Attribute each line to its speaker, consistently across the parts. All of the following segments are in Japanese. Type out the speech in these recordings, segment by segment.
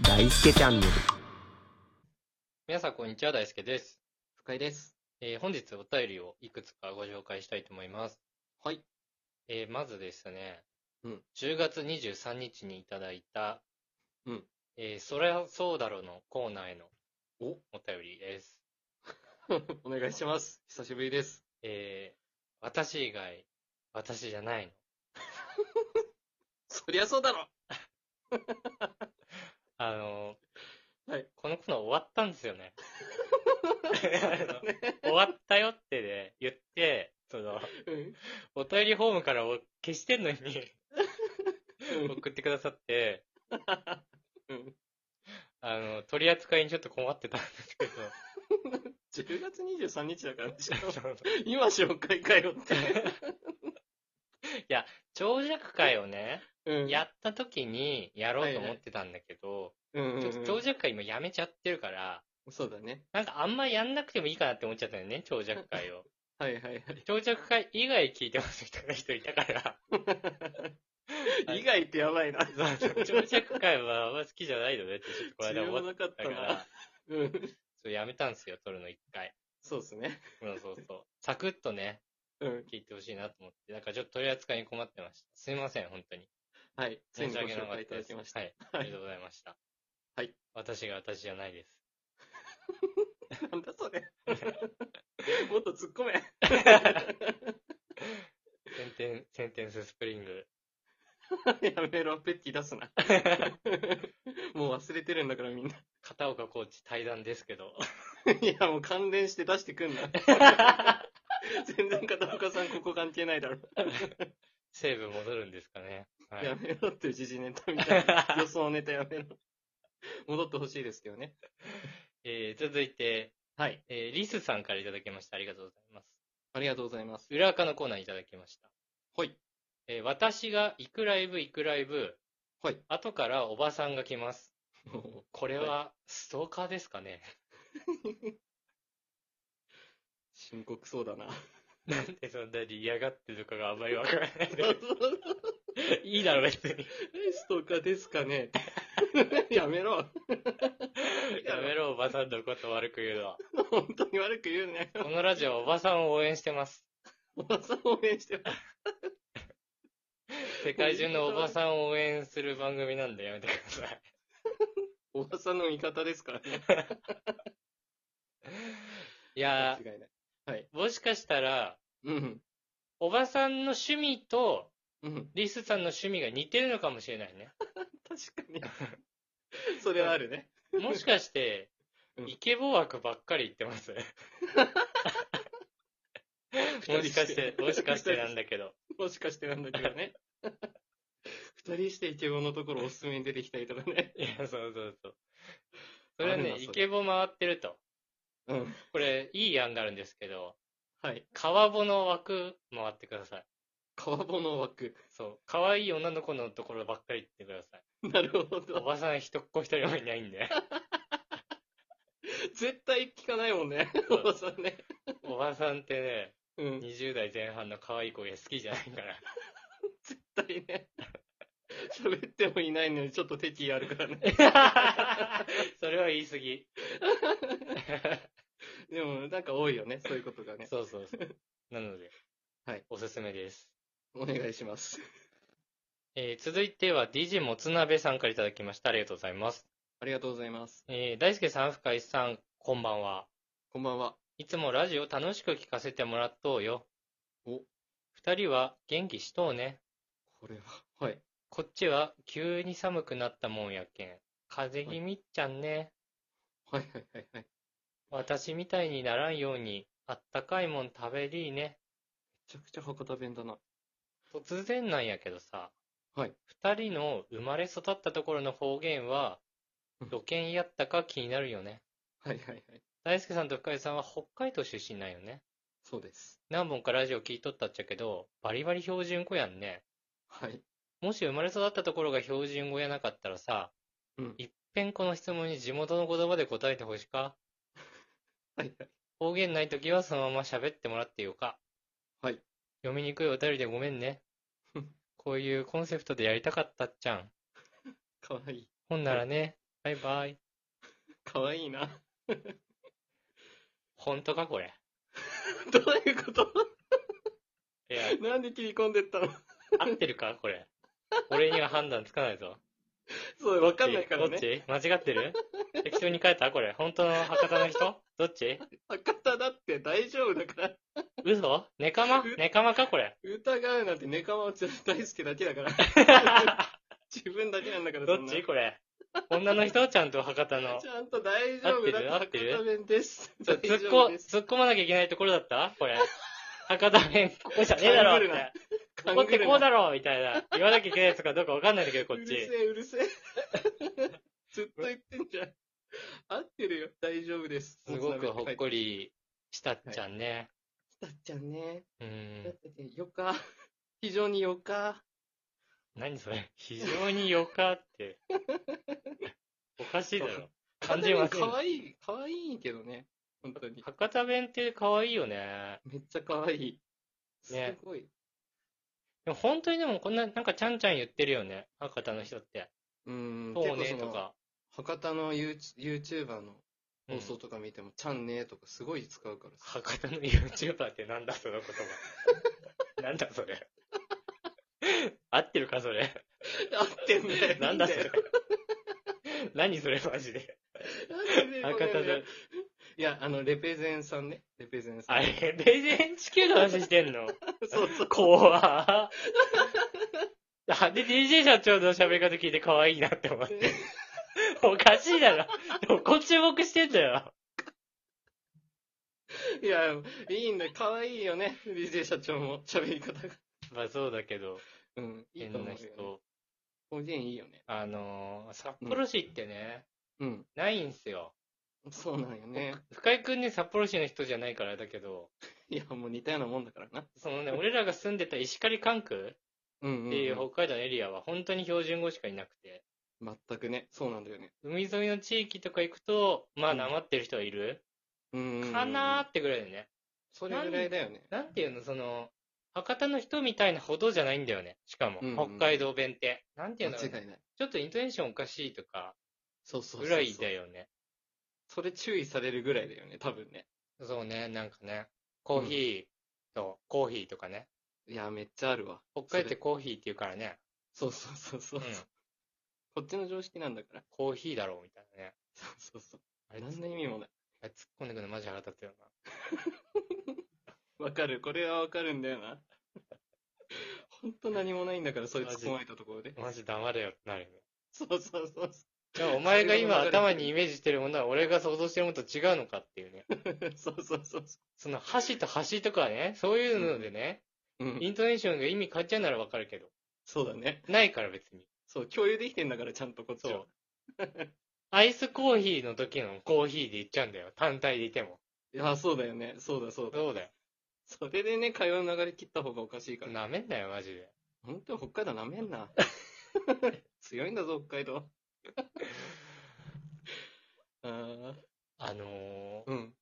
Speaker 1: 大輔チャンネル。
Speaker 2: 皆さん、こんにちは。大輔です。
Speaker 3: 深井です。
Speaker 2: えー本日お便りをいくつかご紹介したいと思います。
Speaker 3: はい。
Speaker 2: えーまずですね、
Speaker 3: うん
Speaker 2: 10月23日にいただいた、
Speaker 3: うん
Speaker 2: えーそりゃそうだろのコーナーへの
Speaker 3: お
Speaker 2: お便りです。
Speaker 3: お願いします。久しぶりです。
Speaker 2: えー私以外、私じゃないの。
Speaker 3: そりゃそうだろ
Speaker 2: あのー
Speaker 3: はい
Speaker 2: このコーナー終わったんです よね。あの終わったよって、ね、言って、その、
Speaker 3: うん。
Speaker 2: お便りフォームからお消してんのに送ってくださって、
Speaker 3: うん。
Speaker 2: あの、取り扱いにちょっと困ってたんですけ
Speaker 3: 10月23日だからでしょ、
Speaker 2: ど、
Speaker 3: 今紹介かよって。
Speaker 2: 長尺会をね、
Speaker 3: う
Speaker 2: やった時にやろうと思ってたんだけど、
Speaker 3: うんうんう
Speaker 2: ちょ
Speaker 3: ん
Speaker 2: っと長尺会今やめちゃってるから、
Speaker 3: そうだね。
Speaker 2: なんかあんまやんなくてもいいかなって思っちゃったよね、長尺会を。
Speaker 3: はいはいはい。
Speaker 2: 長尺会以外聞いてます人が人いたから、はい
Speaker 3: 以外ってやばいな。
Speaker 2: 長尺会はあんま好きじゃないのねってちょっとこの
Speaker 3: 需
Speaker 2: 間
Speaker 3: 要
Speaker 2: 思っ
Speaker 3: なかったた
Speaker 2: か
Speaker 3: な
Speaker 2: ら。、
Speaker 3: うん。
Speaker 2: そうやめたんですよ、撮るの一回。
Speaker 3: そうですね。
Speaker 2: そうそうそう。サクッとね、
Speaker 3: うん。
Speaker 2: 聞いてほしいなと思って、なんかちょっと取り扱いに困ってました。すいません、本当に。
Speaker 3: はい。ついに
Speaker 2: 申し
Speaker 3: ご
Speaker 2: 訳な
Speaker 3: 紹
Speaker 2: かっ
Speaker 3: 介いた
Speaker 2: たで
Speaker 3: だ
Speaker 2: す
Speaker 3: きました。
Speaker 2: はい。あ
Speaker 3: は
Speaker 2: りが
Speaker 3: い
Speaker 2: とうございました。
Speaker 3: はい。
Speaker 2: 私が私じゃないです。
Speaker 3: なんだそれ。 もっと突っ込め。
Speaker 2: センテン、センテンススプリング。
Speaker 3: やめ ろ、ペッキ出すな。 もう忘れてるんだからみんな。
Speaker 2: 片岡コーチ対談ですけど。
Speaker 3: いや、もう関連して出してくんな。全然片岡さんここ関係ないだろ。
Speaker 2: セーブ戻るんですかね。は
Speaker 3: や
Speaker 2: い。
Speaker 3: めろっていう時事ネタみたいな。予想ネタやめろ。戻ってほしいですけどね。
Speaker 2: えー、続いて、
Speaker 3: はい。
Speaker 2: えー、リスさんからいただきました。ありがとうございます。
Speaker 3: ありがとうございます。
Speaker 2: 裏垢のコーナーいただきました。
Speaker 3: はい。
Speaker 2: えー、私が行くライブ行くライブ。
Speaker 3: はい。
Speaker 2: 後からおばさんが来ます。これは、ストーカーですかね。
Speaker 3: 深刻そうだな。
Speaker 2: なんでそんなに嫌がってるかがあんまりわからないんだけど。 いいだろ、別に。
Speaker 3: ストーカーですかね やめろ。
Speaker 2: やめろ、おばさんのこと悪く言うのは。
Speaker 3: 本当に悪く言うね。
Speaker 2: このラジオはおばさんを応援してます。
Speaker 3: おばさん応援してます。
Speaker 2: 世界中のおばさんを応援する番組なんでやめてくださ い。
Speaker 3: おばさんの味方ですからね。
Speaker 2: いや
Speaker 3: 間違いない。
Speaker 2: ー、もしかしたら、
Speaker 3: うん。
Speaker 2: おばさんの趣味と、
Speaker 3: うん。
Speaker 2: リスさんの趣味が似てるのかもしれないね。
Speaker 3: 確 かに。それはあるね。
Speaker 2: もしかして
Speaker 3: う、ん
Speaker 2: イケボ枠ばっかり言って ます。もしかして、もしかしてなんだけど。
Speaker 3: もしかしてなんだけどね。 二人してイケボのところおすすめに出てきたりとかね。
Speaker 2: いや、そうそうそう。それは
Speaker 3: あるな
Speaker 2: ね、
Speaker 3: それ
Speaker 2: イケボ回ってると。
Speaker 3: うん。
Speaker 2: これ、いい案があるんですけど、
Speaker 3: はい。
Speaker 2: 川ボの枠回ってください。
Speaker 3: 川ボの枠。
Speaker 2: そう。可愛い女の子のところばっかり行ってください。
Speaker 3: なるほ
Speaker 2: お
Speaker 3: ど。
Speaker 2: ばさん一っ子一人もいな いんで。
Speaker 3: 絶対聞かないもんね。
Speaker 2: そ
Speaker 3: お
Speaker 2: う
Speaker 3: ばさんね。
Speaker 2: おばさんって
Speaker 3: うん
Speaker 2: ね、。20代前半の可愛い子が好きじゃないから。
Speaker 3: 絶対ね。喋ってもいないのにちょっと敵意あるからね。
Speaker 2: それは言い過ぎ。
Speaker 3: でもなんか多いよね。そういうことがね。
Speaker 2: そうそうそう。なので、
Speaker 3: はい
Speaker 2: おすすめです。
Speaker 3: お願いします。
Speaker 2: えー続いては DJ もつなべさんからいただきました。ありがとうございます。
Speaker 3: ありがとうございます。
Speaker 2: えー大輔さん、深井さん、こんばんは。
Speaker 3: こんばんは。
Speaker 2: いつもラジオ楽しく聞かせてもらっとうよ。
Speaker 3: お
Speaker 2: 二人は元気しとうね。
Speaker 3: これは。はい。
Speaker 2: こっちは急に寒くなったもんやけん。風邪気味っちゃんね。
Speaker 3: はいはいはいはい。
Speaker 2: 私みたいにならんように、あったかいもん食べりーね。
Speaker 3: めちゃくちゃ博多弁だな。
Speaker 2: 突然なんやけどさ。
Speaker 3: はい。
Speaker 2: 二人の生まれ育ったところの方言は
Speaker 3: うん、
Speaker 2: 土建やったか気になるよね。
Speaker 3: はいはいはい。
Speaker 2: 大輔さんと深井さんは北海道出身なんよね。
Speaker 3: そうです。
Speaker 2: 何本かラジオ聞いとったっちゃけど、バリバリ標準語やんね。
Speaker 3: はい。
Speaker 2: もし生まれ育ったところが標準語やなかったらさ、
Speaker 3: うん
Speaker 2: いっぺんこの質問に地元の言葉で答えてほしか
Speaker 3: はいはい。
Speaker 2: 方言ないときはそのまま喋ってもらってよか。
Speaker 3: はい。
Speaker 2: 読みにくいお便りでごめんね
Speaker 3: ふん。
Speaker 2: こういうコンセプトでやりたかったっちゃん。
Speaker 3: かわいい。
Speaker 2: ほんならね、バイバイ。
Speaker 3: かわいいな。
Speaker 2: 本当かこれ。
Speaker 3: どういうこと
Speaker 2: いや、
Speaker 3: なんで切り込んでったの
Speaker 2: 合ってるかこれ。俺には判断つかないぞ。
Speaker 3: そう、わかんないから
Speaker 2: どっ
Speaker 3: ね。
Speaker 2: ち間違ってる適当に書いたこれ。本当の博多の人どっち
Speaker 3: 博多だって大丈夫だから。
Speaker 2: 嘘ネカマネカマかこれ。
Speaker 3: 疑うなんてネカマはちょっと大好きだけだ から。自分だけなんだから、
Speaker 2: ど
Speaker 3: そ
Speaker 2: っ
Speaker 3: んな
Speaker 2: ちこれ。女の人ちゃんと博 多の。
Speaker 3: ちゃんと大丈夫だ
Speaker 2: 合ってる合
Speaker 3: 博多弁です。
Speaker 2: ちょ
Speaker 3: 大
Speaker 2: 突っ
Speaker 3: 丈夫
Speaker 2: 込、
Speaker 3: です。
Speaker 2: 突っ込まなきゃいけないところだったこれ。博多弁、ここじゃねえだろみたいな。
Speaker 3: 勘
Speaker 2: こ
Speaker 3: ぐ
Speaker 2: って
Speaker 3: る
Speaker 2: こ
Speaker 3: な
Speaker 2: うだろみたいな。言わなきゃいけないやつかどうかわかんないんだけど、こっ
Speaker 3: うる
Speaker 2: ち
Speaker 3: せ。え、うるせえ。 ずっと言ってんじゃん。合ってるよ。大丈夫です。
Speaker 2: すごくほっこ
Speaker 3: り。
Speaker 2: りしたっちゃんね。
Speaker 3: だっちゃんね。
Speaker 2: うん
Speaker 3: だ。ってね、よか。非常によか。
Speaker 2: 何それ非常によかって。おかしいだ ろ。
Speaker 3: 完全
Speaker 2: 感じ
Speaker 3: に
Speaker 2: ません。
Speaker 3: 可愛い、可愛いけどね。本当に。
Speaker 2: 博多弁って可愛いよね。
Speaker 3: めっちゃ可愛い。す
Speaker 2: ね
Speaker 3: ごい。
Speaker 2: でも本当にでもこんな、なんかちゃんちゃん言ってるよね。博多の人って。
Speaker 3: うん。
Speaker 2: そう
Speaker 3: 結構そ
Speaker 2: ねと
Speaker 3: の
Speaker 2: か。
Speaker 3: 博多のユーチュ YouTuber の
Speaker 2: うん
Speaker 3: 放送とか見ても、ちゃんねーとかすごい使うからさ。
Speaker 2: 博多の YouTuber ってなんだその言 葉。なんだそれ。合ってるかそれ。
Speaker 3: 合ってん ね
Speaker 2: なんだそれ。何それマジで。博多の。
Speaker 3: いや、あの、レペゼンさんね。レペゼンさん。
Speaker 2: あれ、ベゼン地球の話してんの
Speaker 3: そうそう。
Speaker 2: 怖ぁ。で、DJ 社長の喋り方聞いて可愛いなって思って。おかしいだろ。どこ注目してんだよ。
Speaker 3: いや、いいんだよ。可愛いよね。DJ 社長も喋り方が。
Speaker 2: まあそうだけど、
Speaker 3: うん。いい
Speaker 2: 変
Speaker 3: と思う
Speaker 2: な
Speaker 3: よ、ね。
Speaker 2: 人。
Speaker 3: 方言いいよね。
Speaker 2: あのー、札幌市ってね、
Speaker 3: うん。
Speaker 2: ないんすよ。
Speaker 3: そうなんよね。
Speaker 2: 深井くんね、札幌市の人じゃないからだけど、
Speaker 3: いや、もう似たようなもんだからな。
Speaker 2: そのね、俺らが住んでた石狩管区
Speaker 3: うんうん、
Speaker 2: っ
Speaker 3: うん。
Speaker 2: ていう北海道のエリアは本当に標準語しかいなくて、
Speaker 3: 全くね。そうなんだよね。
Speaker 2: 海沿いの地域とか行くと、まあ、
Speaker 3: うん
Speaker 2: なまってる人はいる、
Speaker 3: うん、うん。
Speaker 2: かなーってぐらいでね。
Speaker 3: それぐらいだよね。
Speaker 2: なんていうの、その、博多の人みたいなほどじゃないんだよね。しかも、
Speaker 3: うんうん
Speaker 2: 北海道弁って。なんてい
Speaker 3: 間
Speaker 2: うの、
Speaker 3: 違い
Speaker 2: ね、
Speaker 3: ない。
Speaker 2: ちょっとイントネーションおかしいとか、
Speaker 3: そうそうそうそう。
Speaker 2: ぐらいだよね。
Speaker 3: それ注意されるぐらいだよね、多分ね。
Speaker 2: そうね、なんかね、コーヒーと、コーヒーとかね。
Speaker 3: いや、めっちゃあるわ。
Speaker 2: 北海道ってコーヒーって言うからね、
Speaker 3: そうそうそうそう。
Speaker 2: うん
Speaker 3: こっちの常識なんだから。
Speaker 2: コーヒーだろうみたいなね。
Speaker 3: そうそうそう。
Speaker 2: あれ、
Speaker 3: 何
Speaker 2: つ
Speaker 3: の意味もない。
Speaker 2: あれ突っ込んでくるのマジ腹立つよ
Speaker 3: わかる。これはわかるんだよな。ほんと何もないんだから、それ突っ込まれたところで。
Speaker 2: な。マジ黙れよってなるよね。
Speaker 3: そうそうそうそ
Speaker 2: でもお前が今
Speaker 3: それが
Speaker 2: 頭にイメージしてるものは俺が想像してるものと違うのかって いうね。
Speaker 3: う。そうそうそうそ
Speaker 2: その箸と箸とかね、そういうのでね、
Speaker 3: う。うん。
Speaker 2: イントネーションが意味変わっちゃうならわかるけど。
Speaker 3: そうだね。
Speaker 2: ないから別に。
Speaker 3: そう、共有できてんだから、ちゃんとこっち
Speaker 2: そう
Speaker 3: は。。
Speaker 2: アイスコーヒーの時のコーヒーで行っちゃうんだよ。単体でいても。
Speaker 3: いや、そうだよね。そうだそうだ。
Speaker 2: そうだよ。
Speaker 3: それでね、会話の流れ切った方がおかしいから。
Speaker 2: なめんなよ、マジで。
Speaker 3: ほんと北海道なめ んな。強いんだぞ、北海道。あー
Speaker 2: あのー、
Speaker 3: うん。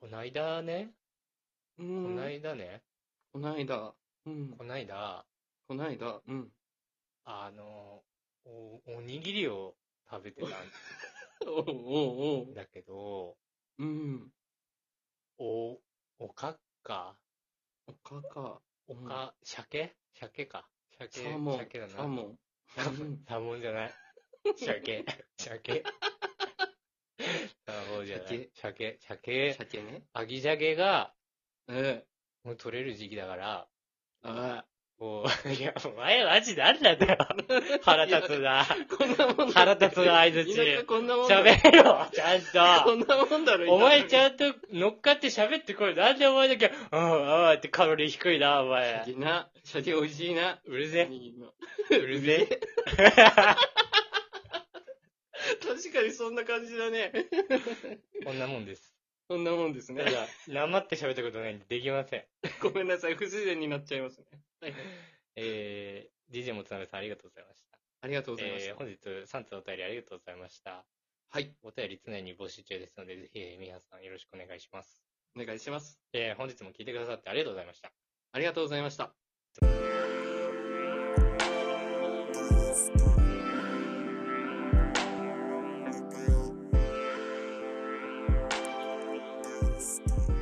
Speaker 2: こないだね、
Speaker 3: う
Speaker 2: こ
Speaker 3: ん。
Speaker 2: ないだね、
Speaker 3: こないだ。うん。
Speaker 2: こないだ、
Speaker 3: こないだ。うん。
Speaker 2: あのー、お、おにぎりを食べてた
Speaker 3: おうおうお
Speaker 2: ん
Speaker 3: う。
Speaker 2: だけど、
Speaker 3: うん。
Speaker 2: お、おかっか、
Speaker 3: おかか。
Speaker 2: おか、鮭鮭か。
Speaker 3: サ
Speaker 2: 鮭、
Speaker 3: ーモン。サ
Speaker 2: 鮭だな。
Speaker 3: ーモン。うん
Speaker 2: サーモンじゃない。 鮭、鮭。サーモンじゃない。鮭、鮭。
Speaker 3: 鮭ね。
Speaker 2: アギジャゲが、
Speaker 3: ええ。
Speaker 2: もう取れる時期だから、
Speaker 3: あ
Speaker 2: こう、いや、お前マジなんなんだよ。腹立つ な。
Speaker 3: あ。こんなもんだ。
Speaker 2: 腹立つな、相づ
Speaker 3: 田舎
Speaker 2: ち。
Speaker 3: こんなもんだ。
Speaker 2: 喋れよ、ちゃ
Speaker 3: こ
Speaker 2: ん
Speaker 3: んなもんだろ、
Speaker 2: と。お前ち
Speaker 3: ん。
Speaker 2: ゃんと乗っかって喋ってこい。なんでお前だけ、うん、うんってカロリー低いな、お前。
Speaker 3: 鮭な。鮭美味しいな。
Speaker 2: うるせ
Speaker 3: いいの
Speaker 2: え、うるせえ。
Speaker 3: 確かにそんな感じだね。
Speaker 2: こんなもんです。
Speaker 3: そんなもんです
Speaker 2: た
Speaker 3: ね。
Speaker 2: だ、黙って喋ったことないんでできません。
Speaker 3: ごめんなさい。不自然になっちゃいますね。はいはい。
Speaker 2: えー、DJ もつなべさんありがとうございました。
Speaker 3: ありがとうございまし
Speaker 2: えー、
Speaker 3: た。
Speaker 2: 本日3つお便りありがとうございました。
Speaker 3: はい。
Speaker 2: お便り常に募集中ですので、ぜひ皆さんよろしくお願いします。
Speaker 3: お願いします。
Speaker 2: えー本日も聞いてくださってありがとうございました。
Speaker 3: ありがとうございました。
Speaker 1: podcast.